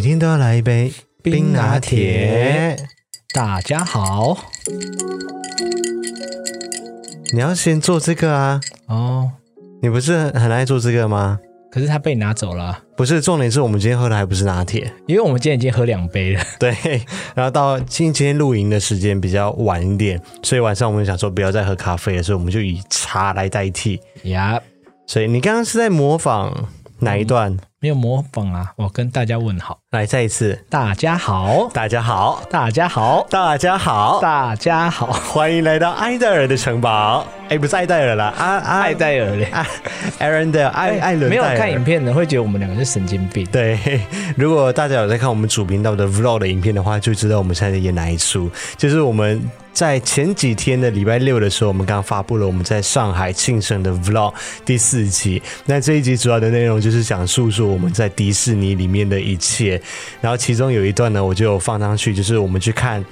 天都要来一杯冰拿铁。大家好你要先做这个啊！哦，你不是很爱做这个吗？可是它被拿走了啊，不是，重点是我们今天喝的还不是拿铁， 因为我们今天已经喝两杯了。 对。然后到今今天露营的时间比较晚一点，所以晚上我们想说不要再喝咖啡了，所以我们就以茶来代替。呀、所以你刚刚是在模仿哪一段？没有模仿啊，我跟大家问好，来，再一次，大家好，大家好，大家好，大家好，大家好，欢迎来到埃戴尔的城堡。哎，不是埃戴尔啦，啊啊，爱戴尔嘞，啊，Arendelle，艾艾伦哎没有戴尔看影片的会觉得我们两个是神经病。对， 如果大家有在看我们主频道的 vlog 的影片的话，就知道我们现在在演哪一出。就是我们在前几天的礼拜六的时候，我们刚发布了我们在上海庆生的 vlog 第四集。那这一集主要的内容就是讲述说我们在迪士尼里面的一切。然后其中有一段呢，我就有放上去，就是我们去看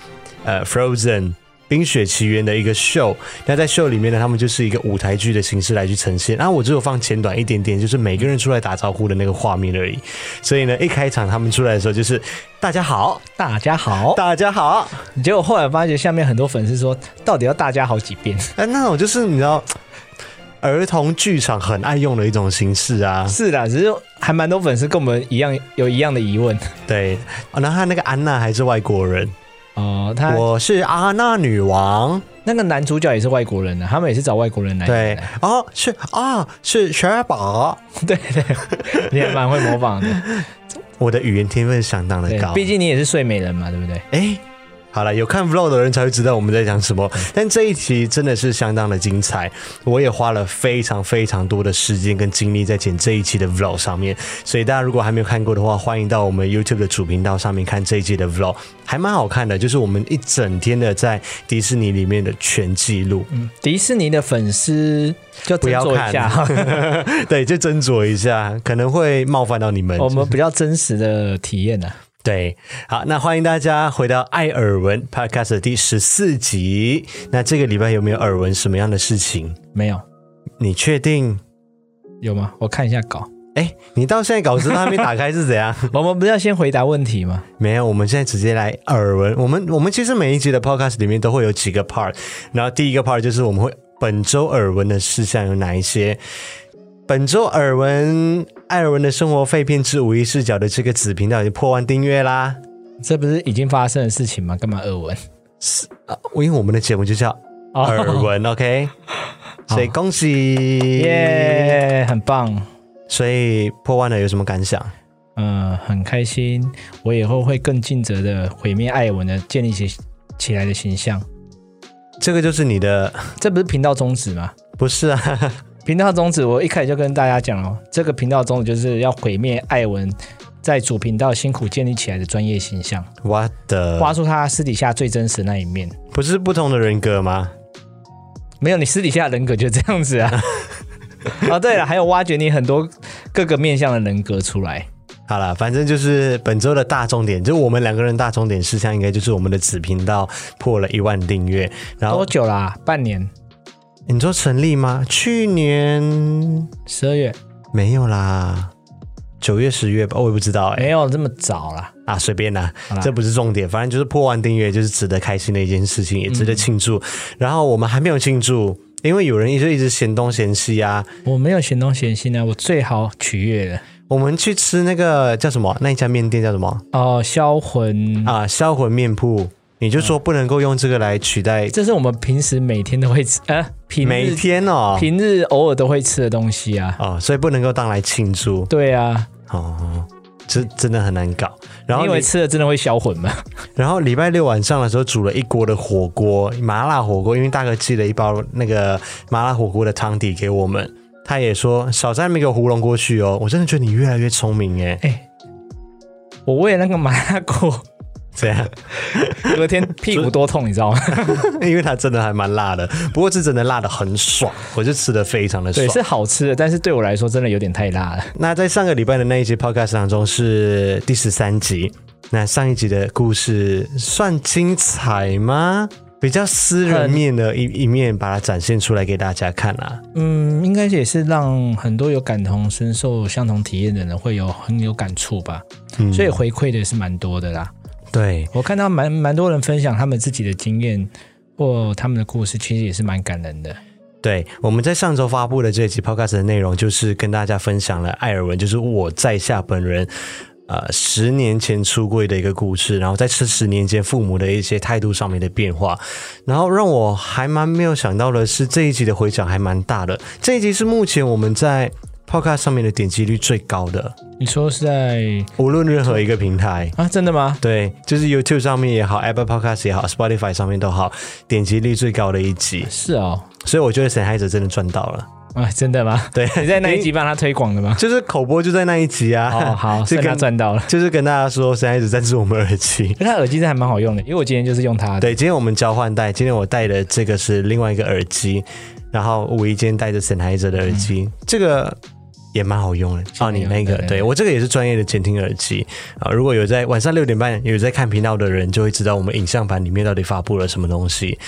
呃 Frozen。冰雪奇缘的一个秀，那在秀里面呢，他们就是一个舞台剧的形式来去呈现。然、后我只有放简短一点点，就是每个人出来打招呼的那个画面而已。所以呢，一开场他们出来的时候就是大家好，大家好，大家好。结果后来发觉下面很多粉丝说，到底要大家好几遍？哎、那种就是你知道，儿童剧场很爱用的一种形式啊。是啦，只是还蛮多粉丝跟我们一样有一样的疑问。对，哦然后他那个安娜还是外国人，哦，他我是阿娜女王。那个男主角也是外国人啊，他们也是找外国人来对演的。，哦，是啊，是雪宝。对对， 你还蛮会模仿的。我的语言天分相当的对，高，啊毕竟你也是睡美人嘛，对不对？哎，好了，有看 vlog 的人才会知道我们在讲什嗯么。但这一期真的是相当的精彩，我也花了非常非常多的时间跟精力在剪这一期的 vlog 上面。所以大家如果还没有看过的话，欢迎到我们 YouTube 的主频道上面看这一期的 vlog，还蛮好看的，就是我们一整天的在迪士尼里面的全记录。迪士尼的粉丝就不嗯斟要酌一下，看， 对，就斟酌一下，可能会冒犯到你们。 我们比较真实的体验啊。对，好，那欢迎大家回到《艾尔文 Podcast》的第十四集。那这个礼拜有没有耳闻什么样的事情？没有你确定？有吗？我看一下 稿。哎，你到现在稿子都还没打开是怎样？ 我们不是要先回答问题吗？没有，我们现在直接来耳闻。我们我们其实每一集的 Podcast 里面都会有几个 part，然后第一个 part 就是我们会本周耳闻的事项有哪一些。本周耳闻艾尔文的生活废片之五一视角的这个子频道已经破万订阅啦。这不是已经发生的事情吗？干嘛耳闻？啊，因为我们的节目就叫哦耳闻、o k 所以恭喜耶很棒。所以破万了有什么感想？嗯，很开心。我以后会更尽责的毁灭艾文的建立起起来的形象。这个就是你的，这不是频道宗旨吗？不是啊？ 频道宗旨，我一开始就跟大家讲了，哦这个频道宗旨就是要毁灭艾文在主频道辛苦建立起来的专业形象，我的挖出他私底下最真实那一面。不是不同的人格吗？没有，你私底下人格就这样 子啊。哦，对了，还有挖掘你很多各个面向的人格出来。好了，反正就是本周的大重点，就我们两个人大重点事项，应该就是我们的子频道破了一万订阅。然后多久啦、半年，你说成立吗？去年十二月，没有啦，九月、十月吧，我也不知道哎、没有这么早啦。啊，随便啦好，啦这不是重点，反正就是破万订阅就是值得开心的一件事情，也值得庆祝。然后我们还没有庆祝，因为有人一直一直嫌东嫌西啊。我没有嫌东嫌西呢，我最好取悦了。我们去吃那个叫什么？那一家面店叫什么哦、销魂，啊？销魂面铺，你就说不能够用这个来取代这是我们平时每天都会吃，呃，平每日天哦。平日偶尔都会吃的东西啊。哦，所以不能够当来庆祝对啊，哦，这真的很难搞。然后你以你为吃了真的会销魂 吗？然后礼拜六晚上的时候煮了一锅的火锅，麻辣火锅，因为大哥寄了一包那个麻辣火锅的汤底给我们，他也说少在那边给我糊弄过去哦。我真的觉得你越来越聪明哎，我为了那个麻辣锅， 这样，隔天屁股多痛，你知道 吗？因为它真的还蛮辣的，不过是真的辣的很爽，我就吃的非常的对，爽。是好吃的，但是对我来说真的有点太辣了。那在上个礼拜的那一集 podcast 当中是第十三集，那上一集的故事算精彩吗？比较私人很面的一一面，把它展现出来给大家看啊啦、嗯，应该也是让很多有感同身受、相同体验的人会有很有感触吧。嗯所以回馈的是蛮多的啦。对，我看到蛮蛮多人分享他们自己的经验或他们的故事，其实也是蛮感人的。对，我们在上周发布的这一期 podcast 的内容，就是跟大家分享了艾尔文，就是我在下本人。呃，十年前出柜的一个故事，然后在这十年间父母的一些态度上面的变化，然后让我还蛮没有想到的是，这一集的回响还蛮大的。这一集是目前我们在 Podcast 上面的点击率最高的，你说是在无论任何一个平台，啊？真的吗？对，就是 YouTube 上面也好，Apple Podcast 也好，Spotify 上面都好，点击率最高的一集，是哦，所以我觉得沈海哲真的赚到了。啊，真的吗？对， 你在那一集帮他推广的吗？就是口播就在那一集啊。 哦，好，就所以他跟赚 到了。就是跟大家说，现在一直赞助我们耳机。可是他耳机是还蛮好用的，因为我今天就是用它的。对，今天我们交换戴，今天我戴的这个是另外一个耳机，然后无意间戴着 Sennheiser 的耳机，嗯这个也蛮好用的。哦，你那个，对对我这个也是专业的监听耳机啊。如果有在晚上六点半有在看频道的人，就会知道我们影像版里面到底发布了什么东西。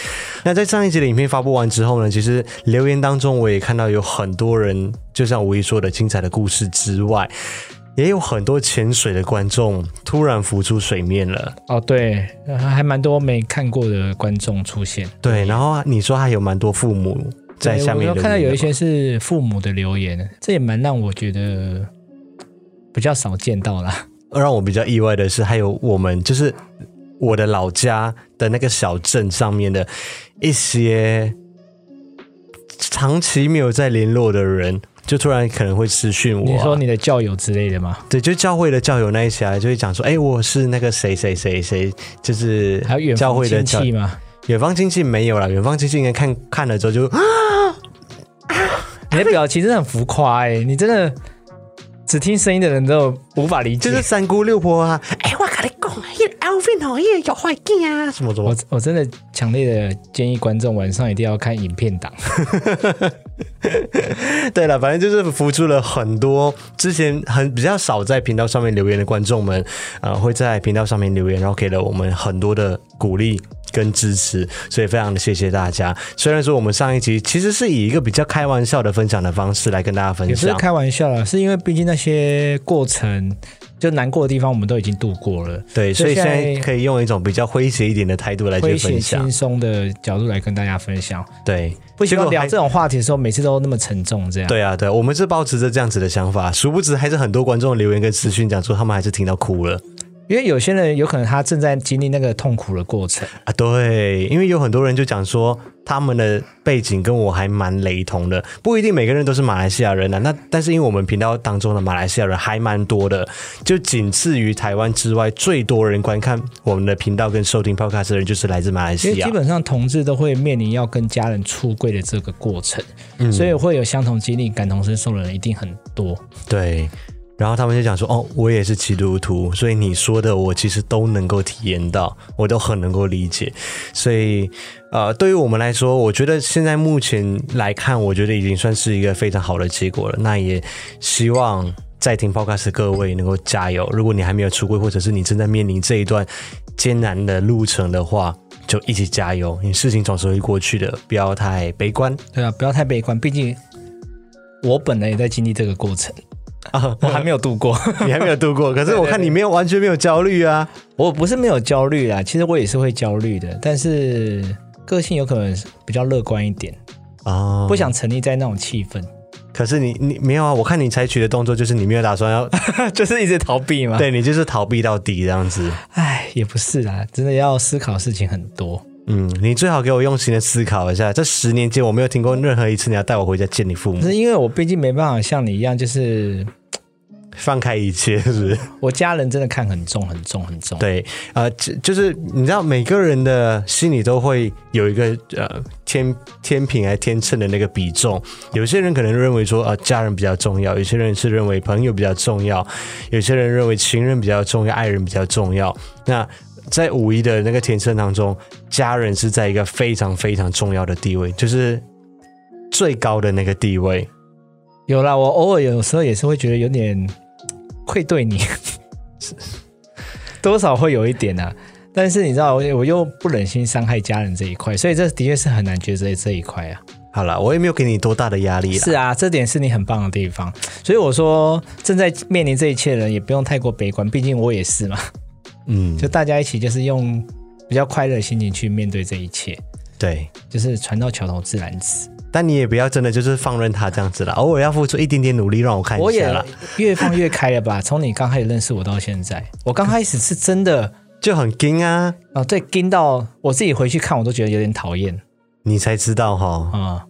那在上一集的影片发布完之后呢，其实留言当中我也看到有很多人，就像吴一说的精彩的故事之外。也有很多潜水的观众突然浮出水面了，哦，对，呃还蛮多没看过的观众出现。对，然后啊你说还有蛮多父母在对下面留我言看到有的一些嘛是父母的留言，这也蛮让我觉得比较少见到啦。让我比较意外的是，还有我们就是我的老家的那个小镇上面的一些长期没有在联络的人，就突然可能会私讯我、啊。你说你的教友之类的吗？对，就教会的教友那一些啊，就会讲说，哎、我是那个谁谁谁谁，就是还有远教房会的亲教戚吗？远方亲戚没有啦，远方亲戚应该看看了之后就 你的表情真的很浮夸哎、你真的只听声音的人都无法理解。就是三姑六婆啊，哎、我跟你讲，迄、个 Alvin 哦，迄、个有坏囝啊，什么什么我我真的强烈的建议观众晚上一定要看影片档。对了，反正就是浮出了很多之前很比较少在频道上面留言的观众们，呃，会在频道上面留言，然后给了我们很多的鼓励跟支持，所以非常的谢谢大家。虽然说我们上一集其实是以一个比较开玩笑的分享的方式来跟大家分也不是享，开玩笑啦，是因为毕竟那些过程就难过的地方，我们都已经度过了，对，所以现现在在可以用一种比较诙谐一点的态度来去诙谐分享轻，松的角度来跟大家分享。对，不希望结果聊还这种话题的时候，每次都那么沉重，这样。对啊，对啊，我们是保持着这样子的想法，殊不知还是很多观众留言跟私讯讲说他们还是听到哭了。因为有些人有可能他正在经历那个痛苦的过程，啊，对，因为有很多人就讲说他们的背景跟我还蛮雷同的，不一定每个人都是马来西亚人啊。那但是因为我们频道当中的马来西亚人还蛮多的，就仅次于台湾之外最多人观看我们的频道跟收听 podcast 的人就是啊来自马来因西为亚基。本上同志都会面临要跟家人出柜的这个过程，嗯所以会有相同经历、感同身受的人一定很多。对，然后他们就讲说哦，我也是基督徒，所以你说的我其实都能够体验到，我都很能够理解。所以呃，对于我们来说，我觉得现在目前来看，我觉得已经算是一个非常好的结果了。那也希望。在听 Podcast 的各位能够加油！如果你还没有出柜，或者是你正在面临这一段艰难的路程的话，就一起加油！你事情总是会过去的，不要太悲观 对啊，不要太悲观，毕竟我本人也在经历这个过程，啊！我还没有度过。你还没有度过，可是我看你没有完全没有焦虑啊！我不是没有焦虑啦，其实我也是会焦虑的，但是个性有可能是比较乐观一点，啊，不想沉溺在那种气氛，可是你你没有啊？我看你采取的动作就是你没有打算要， 就是一直逃避嘛。，对你就是逃避到底这样子。哎，也不是啦，真的要思考事情很多。嗯，你最好给我用心的思考一下，这十年间我没有听过任何一次你要带我回家见你父可母，是因为我毕竟没办法像你一样，就是放开一切是不是？我家人真的看很重很重很重。，对，呃，就就是你知道每个人的心里都会有一个呃天天平还是天秤的那个比重，有些人可能认为说呃家人比较重要，有些人是认为朋友比较重要，有些人认为情人比较重要，爱人比较重要。那在五一的那个天秤当中，家人是在一个非常非常重要的地位，就是最高的那个地位。有啦，我偶尔有时候也是会觉得有点愧对你， 多少会有一点啊。但是你知道，我我又不忍心伤害家人这一块，所以这的确是很难抉择这一块啊。好了，我也没有给你多大的压力啦。是啊，这点是你很棒的地方。所以我说，正在面临这一切的人也不用太过悲观，毕竟我也是嘛。 嗯，就大家一起，就是用比较快乐的心情去面对这一切，对。就是船到桥头自然直。但你也不要真的就是放任他这样子啦，偶尔要付出一点点努力，让我看我一也下啦，越放越开了吧？从你刚开始认识我到现在，我刚开始是真的就很惊啊，啊，对，盯到我自己回去看，我都觉得有点讨厌你才知道哈。啊。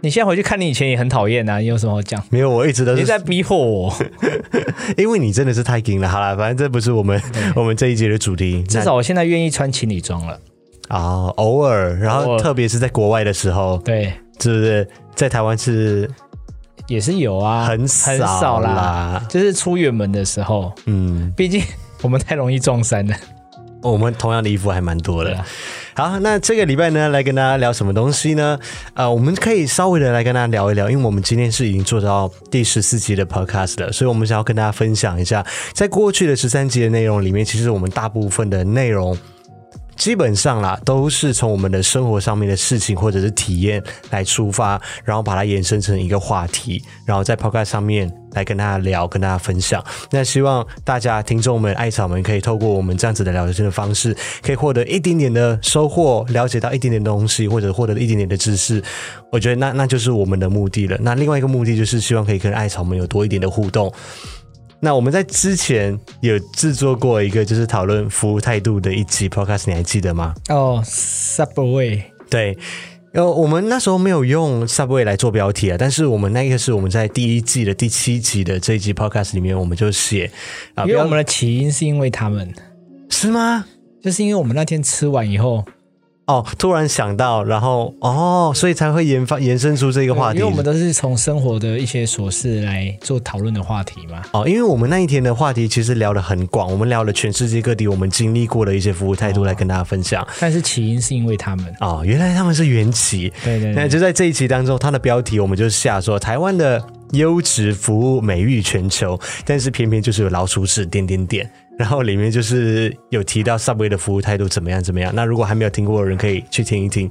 你现在回去看，你以前也很讨厌啊，你有什么好讲？没有，我一直都你是在逼 迫我，因为你真的是太硬了。好了，反正这不是我们我们这一节的主题。至那少我现在愿意穿情侣装了。啊、偶尔，然偶后尔特别是在国外的时候，对，是不是在台湾是也是有啊，很很少啦，啦？就是出远门的时候，嗯，毕竟我们太容易撞衫了。哦我们同样的衣服还蛮多对的啊。好，那这个礼拜呢，来跟大家聊什么东西呢？呃，我们可以稍微的来跟大家聊一聊，因为我们今天是已经做到第十四集的 podcast 了，所以我们想要跟大家分享一下，在过去的十三集的内容里面，其实我们大部分的内容。基本上啦，都是从我们的生活上面的事情或者是体验来出发，然后把它延伸成一个话题，然后在 podcast 上面来跟大家聊、跟大家分享。那希望大家听众们、艾草们可以透过我们这样子的聊天的方式，可以获得一点点的收获，了解到一点点东西，或者获得一点点的知识。我觉得那那就是我们的目的了。那另外一个目的就是希望可以跟艾草们有多一点的互动。那我们在之前有制作过一个就是讨论服务态度的一集 podcast，你还记得吗？哦，Subway，对。呃，我们那时候没有用 Subway 来做标题啊，但是我们那一个是我们在第一季的第七集的这一集 Podcast 里面，我们就写啊，因为我们的起因是因为他们，是吗？就是因为我们那天吃完以后，哦，突然想到，然后哦，所以才会研发延伸出这个话题。因为我们都是从生活的一些琐事来做讨论的话题嘛。哦，因为我们那一天的话题其实聊得很广，我们聊了全世界各地我们经历过的一些服务态度来跟大家分享。但是起因是因为他们，哦，原来他们是缘起。对对那对，就在这一期当中，它的标题我们就下说台湾的优质服务美誉全球，但是偏偏就是有老鼠屎点点点。然后里面就是有提到 Subway 的服务态度怎么样怎么样。那如果还没有听过的人，可以去听一听。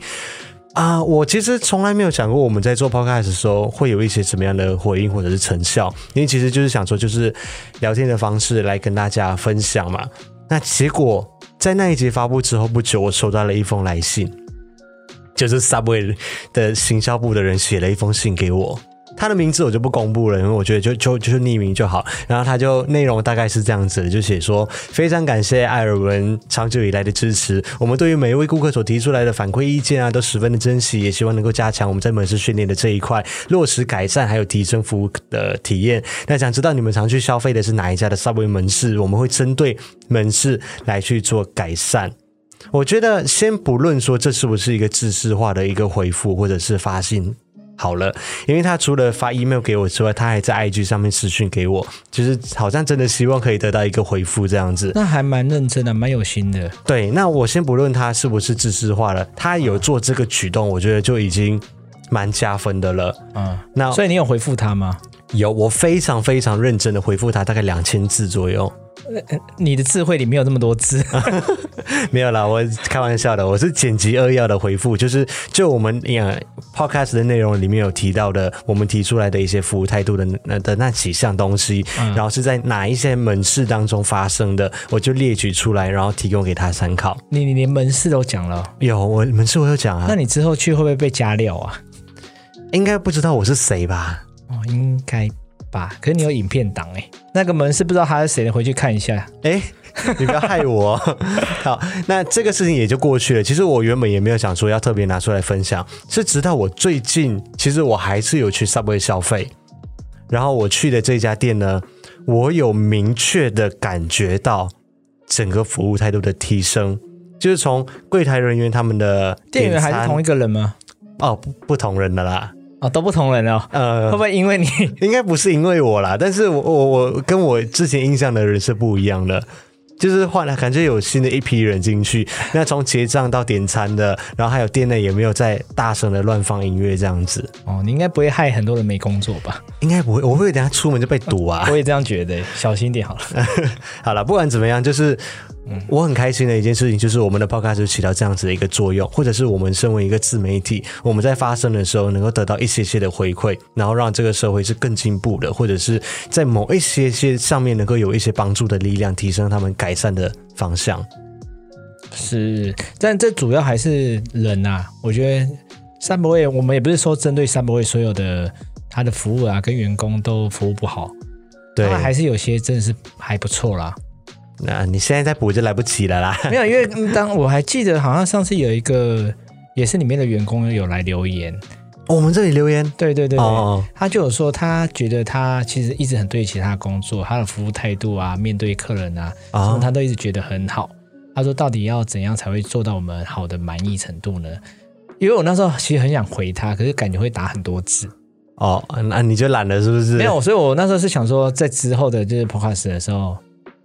啊，我其实从来没有想过我们在做 podcast 的时候会有一些什么样的回应或者是成效，因为其实就是想说，就是聊天的方式来跟大家分享嘛。那结果在那一集发布之后不久，我收到了一封来信，就是 Subway 的行销部的人写了一封信给我，他的名字我就不公布了，因为我觉得就就就是匿名就好。然后他就内容大概是这样子的，就写说非常感谢艾尔文长久以来的支持，我们对于每一位顾客所提出来的反馈意见啊，都十分的珍惜，也希望能够加强我们在门市训练的这一块，落实改善，还有提升服务的体验。那想知道你们常去消费的是哪一家的 Subway 门市，我们会针对门市来去做改善。我觉得先不论说这是不是一个制式化的一个回复或者是发信好了，因为他除了发 email 给我之外，他还在 IG 上面私讯给我，就是好像真的希望可以得到一个回复这样子。那还蛮认真的，蛮有心的。对，那我先不论他是不是制式化了，他有做这个举动，我觉得就已经蛮加分的了。嗯，那所以你有回复他吗？有我非常非常认真的回复他，大概两千字左右。你的智慧里没有那么多字，没有啦，我开玩笑的，我是剪辑扼要的回复，就是就我们呃 podcast 的内容里面有提到的，我们提出来的一些服务态度的那的那几项东西，嗯然后是在哪一些门市当中发生的，我就列举出来，然后提供给他参考。你你连门市都讲了，有我门市我有讲那啊，你之后去会不会被加料啊？应该不知道我是谁吧？哦，应该吧。可是你有影片档哎、那个门市不知道他是谁的，回去看一下。哎，你不要害我。 好，那这个事情也就过去了。其实我原本也没有想说要特别拿出来分享，是直到我最近，其实我还是有去 Subway 消费，然后我去的这家店呢，我有明确的感觉到整个服务态度的提升。就是从柜台人员他们的店员还是同一一个人吗？哦不不同人的啦，哦，都不同人哦。呃会不会因为你应该不是因为我啦，但是我我我跟我之前印象的人是不一样的，就是换了感觉有新的一批人进去，那从结账到点餐的，然后还有店内也没有在大声的乱放音乐这样子， 哦，你应该不会害很多人没工作吧？应该不会，我会等下出门就被堵啊。欸我也这样觉得，小心一点好了。好了，不管怎么样，就是嗯我很开心的一件事情就是我们的 podcast 就起到这样子的一个作用，或者是我们身为一个自媒体，我们在发声的时候能够得到一些些的回馈，然后让这个社会是更进步的，或者是在某一些些上面能够有一些帮助的力量，提升他们改善的方向。是，但这主要还是人啊。我觉得三博会，我们也不是说针对三博会所有的他的服务啊，跟员工都服务不好，对当，然还是有些真的是还不错 啦。那你现在再补就来不及了 啦。没有，因为嗯当我还记得好像上次有一个也是里面的员工有来留言，哦我们这里留言对对对对，哦，他就有说，他觉得他其实一直很对其他工作，他的服务态度啊，面对客人啊，啊什么他都一直觉得很好。他说，到底要怎样才会做到我们好的满意程度呢？因为我那时候其实很想回他，可是感觉会打很多字，哦，那你就懒了是不是？没有，所以我那时候是想说，在之后的就是 podcast 的时候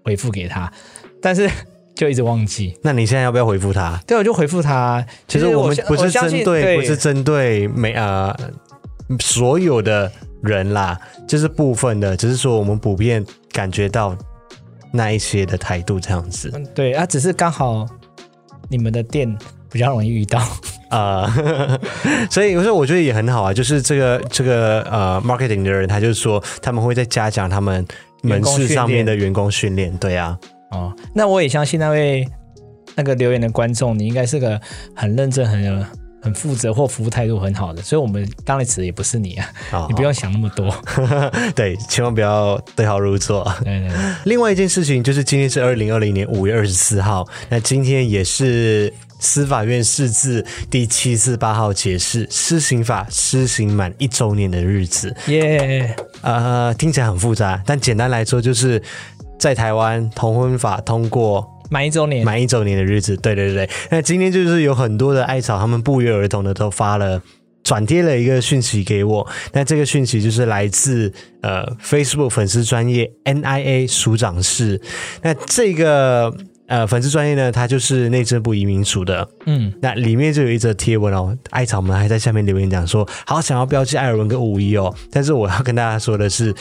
回复给他，但是就一直忘记。那你现在要不要回复他？啊对，我就回复他。其实我们相不是相针信对，不是针对每呃所有的人啦，就是部分的，只是说我们普遍感觉到那一些的态度这样子。嗯对啊，只是刚好你们的店比较容易遇到。啊、 所以有时候我觉得也很好啊，就是这个这个呃 marketing 的人，他就说他们会再加强他们门市上面的员工训练，对啊， 哦，那我也相信那位那个留言的观众，你应该是个很认真、很有很负责或服务态度很好的，所以我们当然指的也不是你啊，哦 你不用想那么多。对，千万不要对号入座。对对对，另外一件事情就是，今天是二零二零年五月二十四号，那今天也是司法院释字第七四八号解释施行法施行满一周年的日子。耶、呃，听起来很复杂，但简单来说就是。在台湾同婚法通过满一周年，满一周年的日子，对对对。那今天就是有很多的艾草，他们不约而同的都发了。转贴了一个讯息给我，那这个讯息就是来自呃 Facebook 粉丝专业 NIA 署长室，那这个呃粉丝专业呢，它就是内政部移民署的，嗯，那里面就有一则贴文哦，艾草们还在下面留言讲说，好想要标记艾尔文跟五一哦，但是我要跟大家说的是，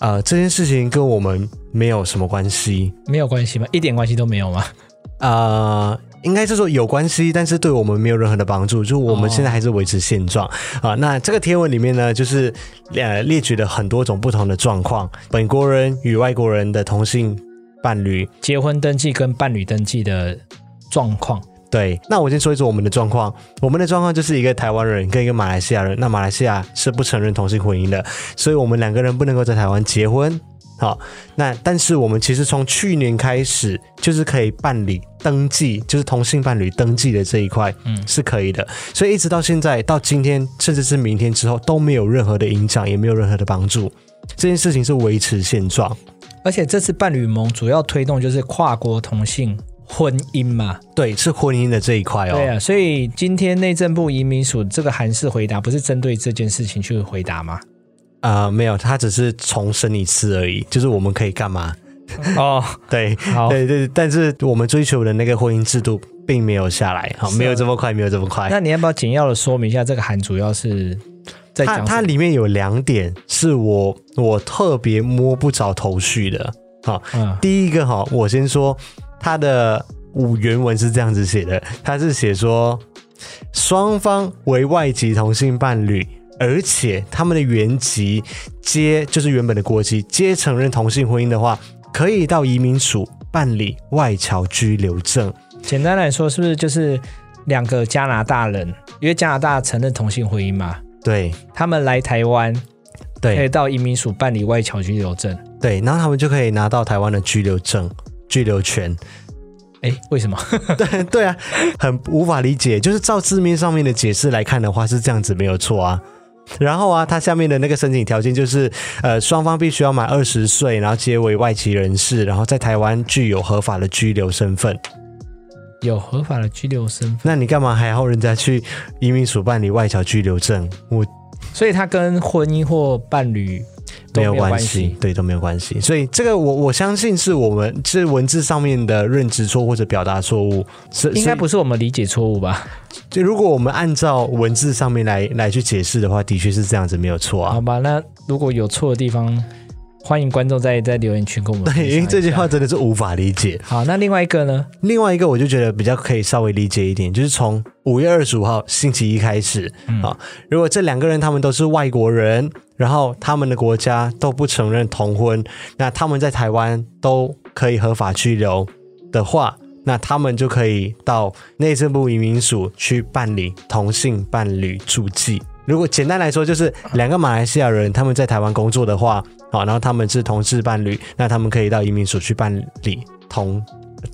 呃，这件事情跟我们没有什么关系，没有关系吗？一点关系都没有吗？呃，应该是说有关系，但是对我们没有任何的帮助。就我们哦现在还是维持现状啊、那这个贴文里面呢，就是呃列举了很多种不同的状况，本国人与外国人的同性伴侣。结婚登记跟伴侣登记的状况，对，那我先说一说我们的状况。我们的状况就是一个台湾人跟一个马来西亚人。那马来西亚是不承认同性婚姻的，所以我们两个人不能够在台湾结婚。好，那但是我们其实从去年开始，就是可以办理登记，就是同性伴侣登记的这一块，嗯是可以的。所以一直到现在，到今天，甚至是明天之后，都没有任何的影响，也没有任何的帮助。这件事情是维持现状。而且这次伴侣盟主要推动就是跨国同性婚姻嘛，对，是婚姻的这一块哦。对啊，所以今天内政部移民署这个韩式回答不是针对这件事情去回答吗？啊，没有，他只是重申一次而已，就是我们可以干嘛？哦， 对，好，对对，但是我们追求的那个婚姻制度并没有下来，好，是啊没有这么快，没有这么快。那你要不要简要的说明一下这个函主要是在它讲它什么？里面有两点是我我特别摸不着头绪的。好，嗯，第一个哈，我先说它的五原文是这样子写的，它是写说双方为外籍同性伴侣，而且他们的原籍皆就是原本的国籍皆承认同性婚姻的话，可以到移民署办理外侨居留证。简单来说，是不是就是两个加拿大人？因为加拿大承认同性婚姻嘛，对他们来台湾可以对到移民署办理外侨居留证。对，然后他们就可以拿到台湾的居留证、居留权。 哎，为什么？对啊，很无法理解。就是照字面上面的解释来看的话，是这样子没有错啊。然后啊，它下面的那个申请条件就是，呃，双方必须要满二十岁，然后皆为外籍人士，然后在台湾具有合法的居留身份。有合法的居留身份，那你干嘛还要人家去移民署办理外侨居留证？我所以他跟婚姻或伴侣都没有有关系系，。对，都没有关系。所以这个我我相信是我们是文字上面的认知错或者表达错误，是应是该不是我们理解错误吧？就如果我们按照文字上哦面来来去解释的话，的确是这样子没有错啊。好吧，那如果有错的地方，欢迎观众在在留言区跟我们分享一因为下。这句话真的是无法理解。好，那另外一个呢？另外一个我就觉得比较可以稍微理解一点，就是从五月二十五号星期一开始啊，如果这两个人他们都是外国人，然后他们的国家都不承认同婚，那他们在台湾都可以合法居留的话，那他们就可以到内政部移民署去办理同性伴侣注记。如果简单来说，就是两个马来西亚人他们在台湾工作的话，好，然后他们是同事伴侣，那他们可以到移民署去办理同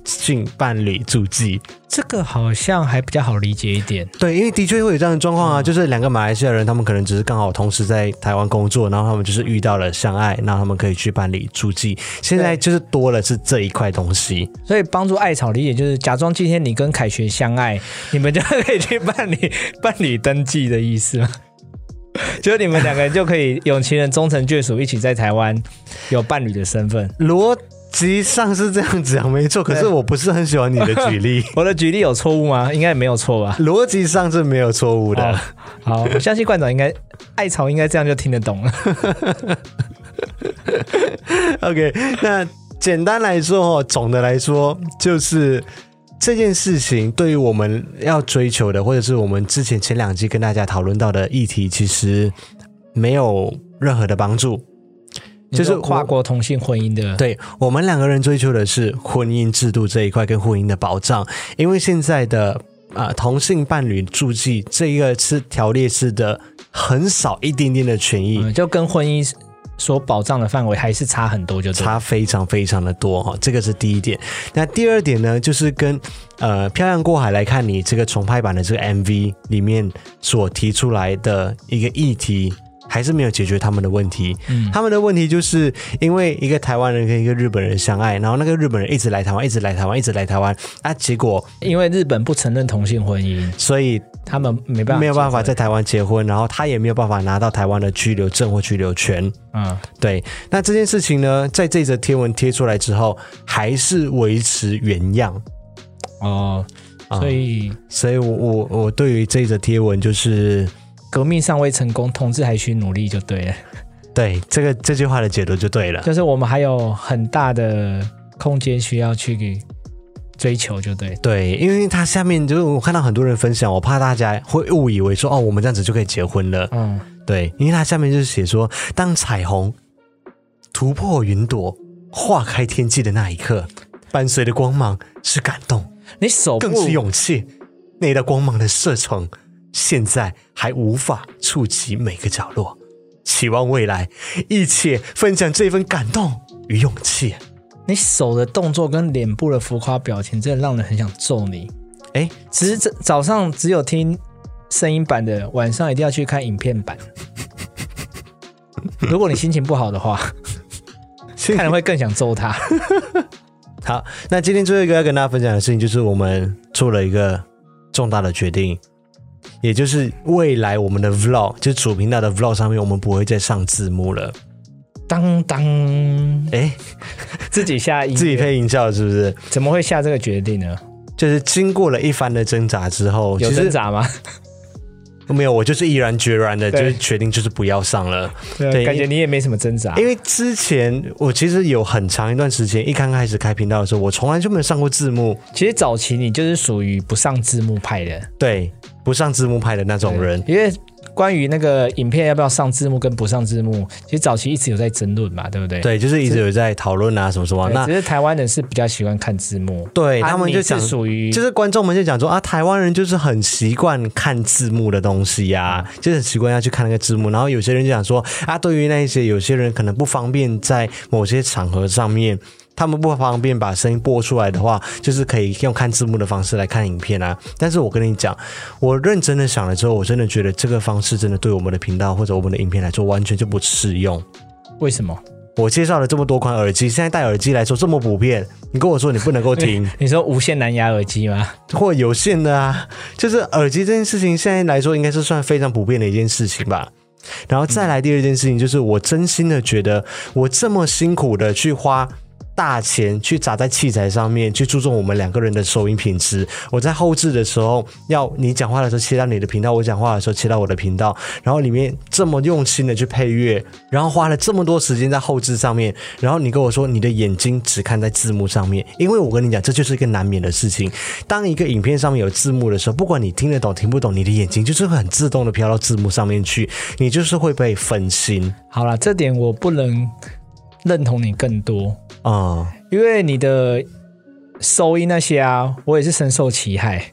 性伴侣注记。这个好像还比较好理解一点。对，因为的确会有这样的状况啊，就是两个马来西亚人，他们可能只是刚好同时在台湾工作，然后他们就是遇到了相爱，然后他们可以去办理注记。现在就是多了是这一块东西，所以帮助艾草理解就是，假装今天你跟凯旋相 爱，你们就可以去办理 办理登记的意思吗？ 就是你们两个人就可以有情人终成眷属，一起在台湾有伴侣的身份。逻辑上是这样讲没错，可是我不是很喜欢你的举 例，我的举例有错误吗？应该没有错吧？逻辑上是没有错误的。哦好，我相信馆长应该艾草应该这样就听得懂了。 OK，那简单来说哦，总的来说就是这件事情对于我们要追求的，或者是我们之前前两季跟大家讨论到的议题，其实没有任何的帮助。就是你说跨我国同性婚姻的，对我们两个人追求的是婚姻制度这一块跟婚姻的保障，因为现在的啊、呃同性伴侣注记这一个是条列式的，很少一点点的权益。嗯，就跟婚姻所保障的范围还是差很多，就对了。差非常非常的多哈、这个是第一点。那第二点呢，就是跟呃《漂洋过海来看你》这个重拍版的这个 MV 里面所提出来的一个议题，还是没有解决他们的问题。嗯他们的问题就是因为一个台湾人跟一个日本人相爱，然后那个日本人一直来台湾，一直来台湾，一直来台湾啊，结果因为日本不承认同性婚姻，所以他们没办法，没有办法在台湾结婚，然后他也没有办法拿到台湾的居留证或居留权。嗯，对，那这件事情呢，在这则贴文贴出来之后，还是维持原样。哦，啊所以所以我我我对于这则贴文就是革命尚未成功，同志还需努力就对了。对这个这句话的解读就对了。就是我们还有很大的空间需要去追求，就对。对，因为它下面就是我看到很多人分享，我怕大家会误以为说哦，我们这样子就可以结婚了。嗯，对，因为它下面就是写说，当彩虹突破云朵，划开天际的那一刻，伴随的光芒是感动。你手更部是勇气。内的光芒的射程，现在还无法触及每个角落。期望未来，一起分享这份感动与勇气。你手的动作跟脸部的浮夸表情，真的让人很想揍你。哎，只是这早上只有听声音版的，晚上一定要去看影片 版。如果你心情不好 的话，心看了会更想揍他。好，那今天最后一个要跟大家分享的事情，就是我们做了一个重大的决定，也就是未来我们的 vlog，就是主频道的 vlog 上面，我们不会再上字幕了。当当，哎，自己下音乐，自己配音效是不是？怎么会下这个决定呢？就是经过了一番的挣扎之后，有其实挣扎吗？没有，我就是毅然决然的，就对是决定就是不要上了。对啊感觉你也没什么挣扎。因为之前我其实有很长一段时间，一刚开始开频道的时候，我从来就没有上过字幕，其实早期你就是属于不上字幕派的对，不上字幕派的那种人。因为关于那个影片要不要上字幕跟不上字幕，其实早期一直有在争论嘛，对不对？对，就是一直有在讨论啊，什么什么。对。那只是台湾人是比较喜欢看字幕，对啊他们就你是讲，属于就是观众们就讲说啊，台湾人就是很习惯看字幕的东西呀、啊，就是很习惯要去看那个字幕。然后有些人就讲说啊，对于那一些有些人可能不方便在某些场合上面。他们不方便把声音播出来的话，就是可以用看字幕的方式来看影片啊。但是我跟你讲，我认真的想了之后，我真的觉得这个方式真的对我们的频道或者我们的影片来说完全就不适用。为什么？我介绍了这么多款耳机，现在戴耳机来说这么普遍，你跟我说你不能够听，你说无线蓝牙耳机吗？或有线的啊，就是耳机这件事情，现在来说应该是算非常普遍的一件事情吧。然后再来第二件事情，就是我真心的觉得，我这么辛苦的去花大钱去砸在器材上面，去注重我们两个人的收音品质。我在后置的时候，要你讲话的时候切到你的频道，我讲话的时候切到我的频道，然后里面这么用心的去配乐，然后花了这么多时间在后置上面，然后你跟我说你的眼睛只看在字幕上面，因为我跟你讲，这就是一个难免的事情。当一个影片上面有字幕的时候，不管你听得懂听不懂，你的眼睛就是会很自动的飘到字幕上面去，你就是会被分心好了，这点我不能认同你更多，啊、因为你的收音那些啊，我也是深受其害，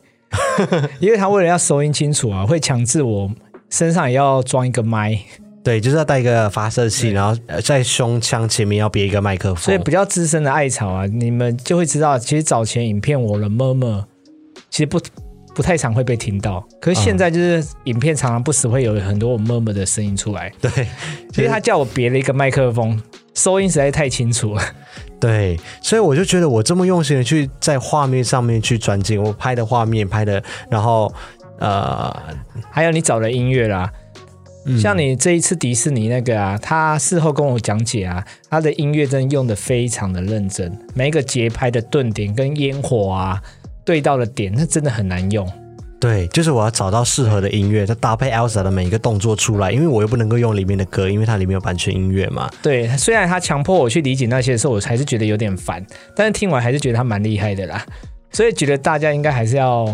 因为他为了要收音清楚啊，会强制我身上也要装一个麦，对，就是要带一个发射器，然后呃在胸腔前面要别一个麦克风，所以比较资深的爱草啊，你们就会知道，其实早前影片我的么么，其实不不太常会被听到，可是现在就是影片常常不时会有很多我么么的声音出来，对，因为他叫我别了一个麦克风，收音实在太清楚了。对，所以我就觉得我这么用心的去在画面上面去专精，我拍的画面拍的，然后呃，还有你找的音乐啦，像你这一次迪士尼那个啊，他事后跟我讲解啊，他的音乐真的用的非常的认真，每一个节拍的顿点跟烟火啊对到的点，那真的很难用。对，就是我要找到适合的音乐，再搭配 Elsa 的每一个动作出来，因为我又不能够用里面的歌，因为它里面有版权音乐嘛。对，虽然他强迫我去理解那些的时候，我还是觉得有点烦，但是听完还是觉得他蛮厉害的啦。所以觉得大家应该还是要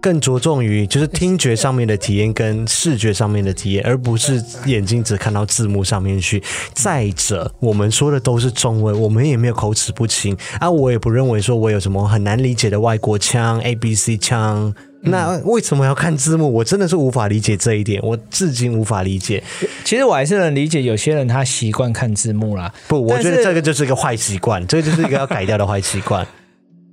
更着重于就是听觉上面的体验跟视觉上面的体验，而不是眼睛只看到字幕上面去。再者，我们说的都是中文，我们也没有口齿不清啊，我也不认为说我有什么很难理解的外国腔、A B C 腔。嗯那为什么要看字幕？我真的是无法理解这一点，我至今无法理解。其实我还是能理解有些人他习惯看字幕啦，不，我但觉得是这个就是一个坏习惯，这个就是一个要改掉的坏习惯。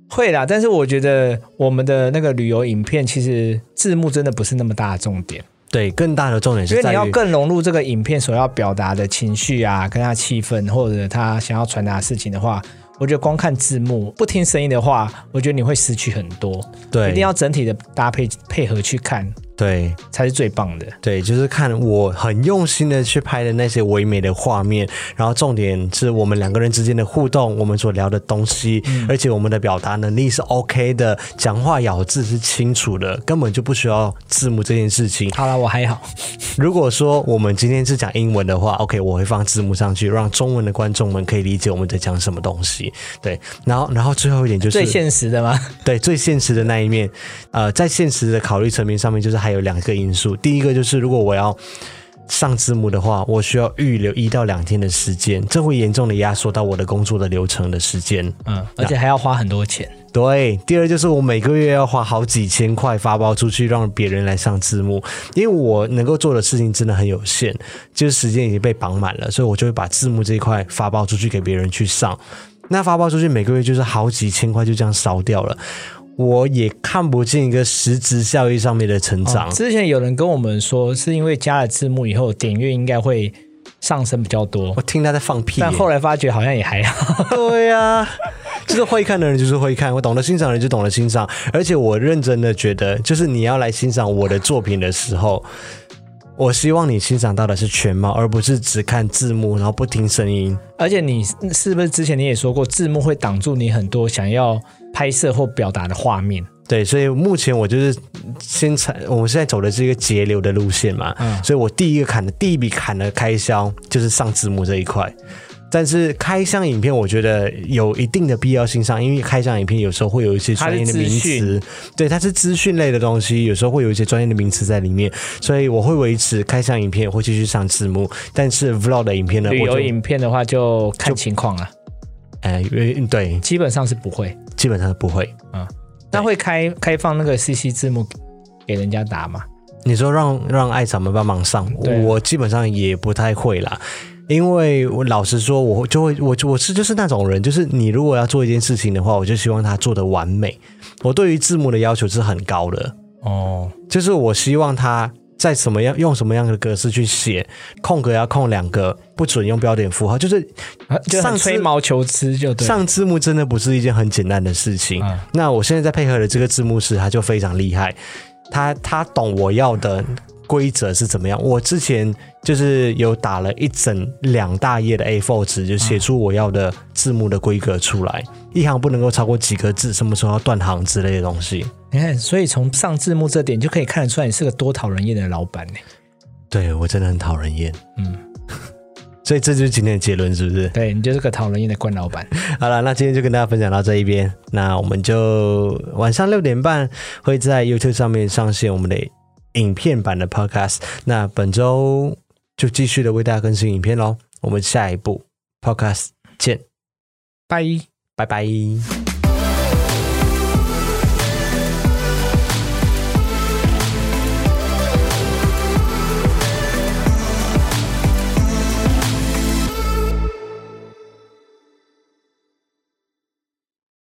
会啦。但是我觉得我们的那个旅游影片，其实字幕真的不是那么大的重点，对，更大的重点因是为在你要于更融入这个影片所要表达的情绪啊，跟他气氛或者他想要传达的事情的话。我觉得光看字幕不听声音的话，我觉得你会失去很多。对，一定要整体的搭配配合去看，对才是最棒的。对，就是看我很用心的去拍的那些唯美的画面，然后重点是我们两个人之间的互动，我们所聊的东西，嗯而且我们的表达能力是 OK 的，讲话咬字是清楚的，根本就不需要字幕这件事情。好了，我还好。如果说我们今天是讲英文的话，OK，我会放字幕上去，让中文的观众们可以理解我们在讲什么东西。对，然后然后最后一点就是 最现实的吗？对最现实的那一面，呃，在现实的考虑层面上面，就是还有两个因素。第一个就是，如果我要上字幕的话，我需要预留一到两天的时间，这会严重的压缩到我的工作的流程的时间。嗯，而且还要花很多钱。对，第二就是我每个月要花好几千块发包出去，让别人来上字幕，因为我能够做的事情真的很有限，就是时间已经被绑满了，所以我就会把字幕这一块发包出去给别人去上。那发包出去每个月就是好几千块，就这样烧掉了，我也看不见一个实质效益上面的成长。之前有人跟我们说，是因为加了字幕以后，点阅应该会上升比较多我，听他在放屁、耶但后来发觉好像也还好。 对呀、就是会看的人就是会看，我懂得欣赏的人就懂得欣赏。而且我认真的觉得，就是你要来欣赏我的作品的时候，我希望你欣赏到的是全貌，而不是只看字幕，然后不听声音。而且你是不是之前你也说过，字幕会挡住你很多想要拍摄或表达的画面？对，所以目前我就是先采，我们现在走的是一个节流的路线嘛，嗯所以我第一个砍的第一笔砍的开销就是上字幕这一块。但是开箱影片，我觉得有一定的必要性上，因为开箱影片有时候会有一些专业的名它是资词讯，对，它是资讯类的东西，有时候会有一些专业的名词在里面，所以我会维持开箱影片会继续上字幕，但是 vlog 的影片呢，旅我游就影片的话就看情况啊了，哎、呃对，基本上是不会。基本上不会。那会开开放那个 CC 字幕给人家打吗？你说让让艾草们帮忙上，对啊我基本上也不太会啦。因为我老实说，我就会我我是就是那种人，就是你如果要做一件事情的话，我就希望它做得完美。我对于字幕的要求是很高的，哦，就是我希望它在什么样用什么样的格式去写，空格要空两个，不准用标点符号，就是啊就上很次吹毛求疵就对了。上字幕真的不是一件很简单的事情。嗯那我现在在配合的这个字幕师，他就非常厉害，他他懂我要的规则是怎么样。我之前就是有打了一整两大页的 A4 纸，就写出我要的字幕的规格出来，一行不能够超过几个字，什么时候要断行之类的东西。你看，所以从上字幕这点就可以看得出来，你是个多讨人厌的老板呢。对我真的很讨人厌，嗯， 所以这就是今天的结论，是不是？对你就是个讨人厌的官老板。好了，那今天就跟大家分享到这一边，那我们就晚上六点半会在 YouTube 上面上线我们的影片版的 Podcast。那本周就继续的为大家更新影片喽，我们下一部 Podcast 见，拜。拜拜。